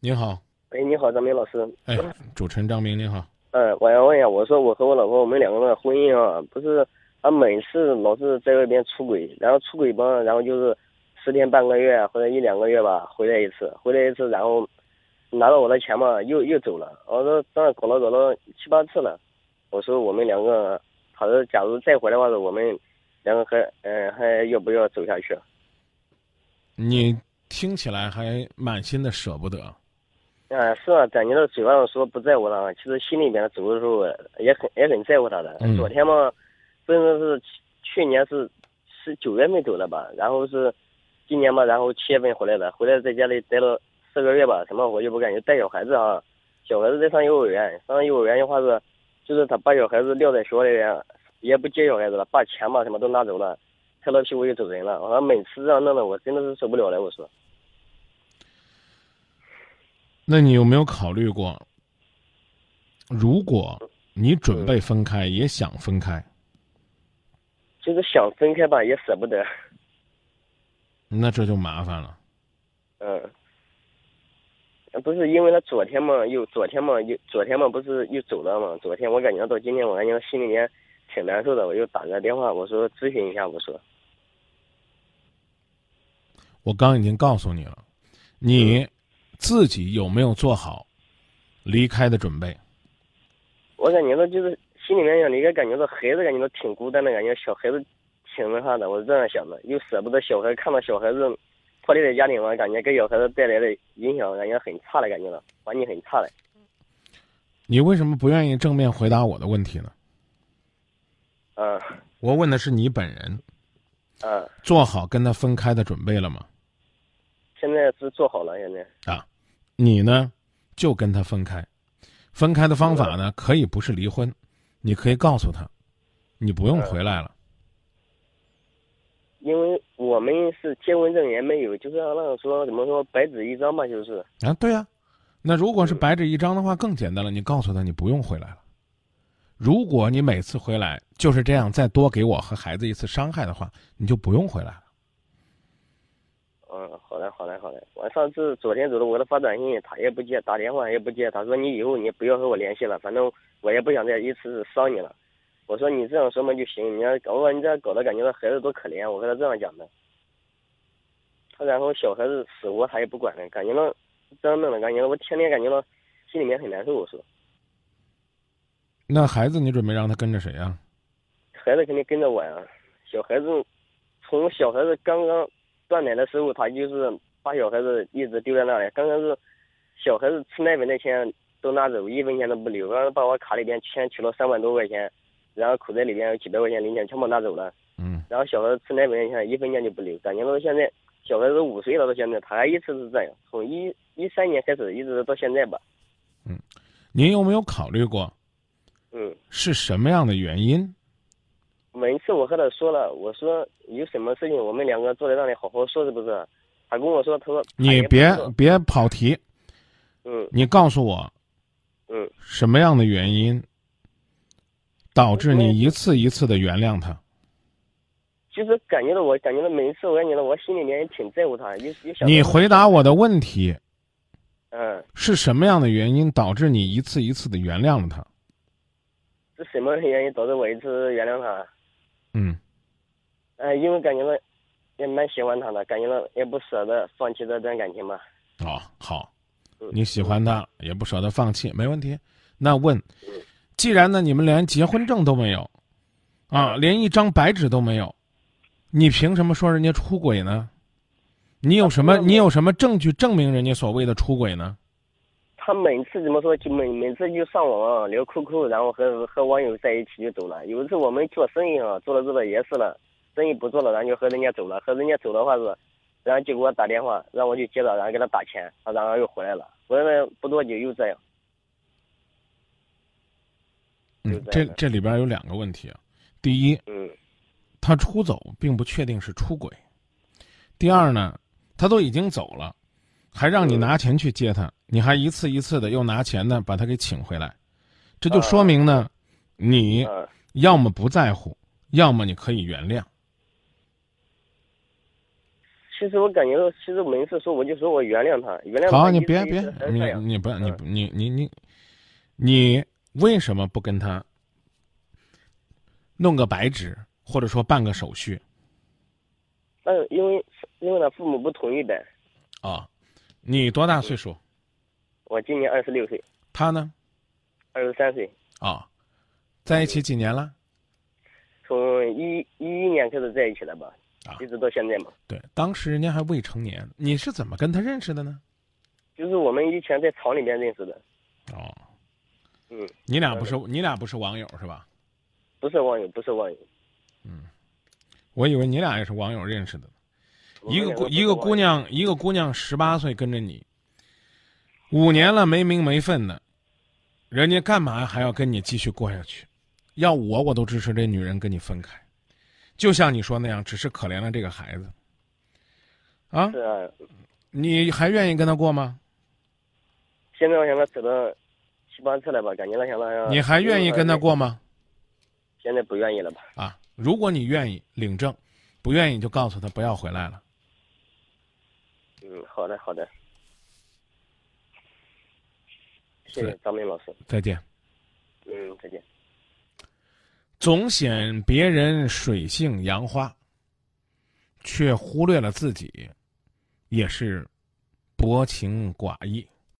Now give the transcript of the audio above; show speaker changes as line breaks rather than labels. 您好，
喂，你好，张明老师。
哎，主持人张明您好，
嗯，我想问一下，我说我和我老婆我们两个人的婚姻啊，不是啊，每次老是在外边出轨，然后出轨吧，然后就是十天半个月啊或者一两个月吧，回来一次，回来一次，然后拿到我的钱嘛，又又走了。我说这样搞了搞了七八次了，我说我们两个，他说假如再回来的话，我们两个还嗯、还要不要走下去？啊
你听起来还满心的舍不得，
啊，是啊，感觉到嘴巴上说不在乎他，其实心里面走的时候也很也很在乎他的。
嗯
昨天嘛，不能说是去去年是是九月份走的吧，然后是今年嘛，然后七月份回来的，回来在家里待了四个月吧，什么我就不感觉带小孩子啊，小孩子在上幼儿园，上幼儿园的话是，就是他把小孩子撂在学校里面，也不接小孩子了，把钱嘛什么都拿走了，拍了屁股就走人了。我说每次这样弄的，我真的是受不了了，我说。
那你有没有考虑过，如果你准备分开，也想分开，
就是想分开吧，也舍不得，
那这就麻烦了。
嗯，不是因为他昨天嘛，又昨天嘛，又昨天嘛，不是又走了嘛？昨天我感觉到今天，我感觉到心里面挺难受的，我就打个电话，我说咨询一下，我说，
我刚已经告诉你了，你自己有没有做好离开的准备？
我感觉到就是心里面有一个感觉到孩子感觉到挺孤单的感觉，小孩子挺那啥的，我是这样想的，又舍不得小孩，看到小孩子破裂的家庭嘛，感觉给小孩子带来的影响感觉很差的感觉了，环境很差的。
你为什么不愿意正面回答我的问题呢？
嗯
我问的是你本人，
嗯，
做好跟他分开的准备了吗？
现在是做好了，现在
啊，你呢就跟他分开。分开的方法呢，可以不是离婚，你可以告诉他，你不用回来了。
因为我们是结婚证也没有，就是让那说怎么说白纸一张吧，就是
啊，对呀、那如果是白纸一张的话，更简单了。你告诉他你不用回来了。如果你每次回来就是这样，再多给我和孩子一次伤害的话，你就不用回来了。
嗯，好嘞，好嘞，好嘞。我上次昨天走了，我给他发短信，他也不接，打电话也不接。他说你以后你不要和我联系了，反正我也不想再一次伤你了。我说你这样说嘛就行，你要搞我你这样搞得感觉到孩子多可怜，我跟他这样讲的。他然后小孩子死活他也不管了，感觉到这样弄的感觉到我天天感觉到心里面很难受。我说
那孩子，你准备让他跟着谁啊呀、
孩子肯定跟着我呀。小孩子，从小孩子刚刚断奶的时候，他就是把小孩子一直丢在那里。刚开始，小孩子吃奶粉的钱都拿走，一分钱都不留，然后把我卡里边先取了三万多块钱，然后口袋里边有几百块钱零钱全部拿走了。
嗯，
然后小孩子吃奶粉的钱一分钱就不留，感觉到现在小孩子都五岁了，到现在他还一直是这样，从一一三年开始一直到现在吧。
您有没有考虑过
嗯，
是什么样的原因？
每一次我和他说了，我说有什么事情我们两个坐在那里好好说，是不是？他跟我说，他说
你
哎
别
不是
别跑题，
嗯
你告诉我，
嗯，
什么样的原因导致你一次一次的原谅他？
就是感觉到我感觉到每一次我感觉到我心里面也挺在乎他，也也想
你回答我的问题
嗯，
是什么样的原因导致你一次一次的原谅了他？
是什么原因导致我一直原谅他？
嗯，
呃，因为感觉到也蛮喜欢他的，感觉到也不舍得放弃这段感情吧。
哦，好，
嗯
你喜欢他也不舍得放弃，没问题。那问，既然呢你们连结婚证都没有，啊，连一张白纸都没有，你凭什么说人家出轨呢？你有
啊
什么你有什么证据证明人家所谓的出轨呢？
他每次怎么说，就每每次就上网啊聊 QQ，然后和和网友在一起就走了。有一次我们做生意啊，做着做着也是了，生意不做了，然后就和人家走了。和人家走的话是，然后就给我打电话，让我去接他，然后给他打钱，他然后又回来了。回来不多久又这样，
嗯
嗯就在，
这
那
这里边有两个问题啊。第一，
嗯
他出走并不确定是出轨；第二呢，他都已经走了，还让你
嗯
拿钱去接他，你还一次一次的又拿钱呢把他给请回来，这就说明呢，你
嗯，
要么不在乎，要么你可以原谅。
其实我感觉到，其实每一次说，我就说我原谅他，原谅他。
好，
一
你
次
别
一
别
次还，是
你
这样
你不要你
嗯
不你你你你为什么不跟他弄个白纸，或者说办个手续
但是因为因为呢，父母不同意呗。
啊？你多大岁数？
我今年二十六岁，
他呢？
二十三岁，
啊，在一起几年了？
从一一一年开始在一起的吧
啊，
一直到现在嘛。
对，当时人家还未成年，你是怎么跟他认识的呢？
就是我们以前在厂里面认识的，
哦，
嗯，
你俩不是你俩不是网友是吧？
不是网友，不是网友。
我以为你俩也是网友认识的。
我们
一个
两
姑
不
一
是
个
网
姑
友，
娘，一个姑娘十八岁跟着你，五年了没名没分的，人家干嘛还要跟你继续过下去？要我我都支持这女人跟你分开，就像你说那样，只是可怜了这个孩子。啊，
是啊，
你还愿意跟他过吗？
现在我想他走到七八次了吧，感觉他想他。
你还愿意跟他？过吗？
现在不愿意了吧？
啊，如果你愿意领证，不愿意就告诉他不要回来了。
嗯，好的，好的。谢谢
是
张明老师，
再见。
嗯，再见。
总显别人水性杨花，却忽略了自己，也是薄情寡义。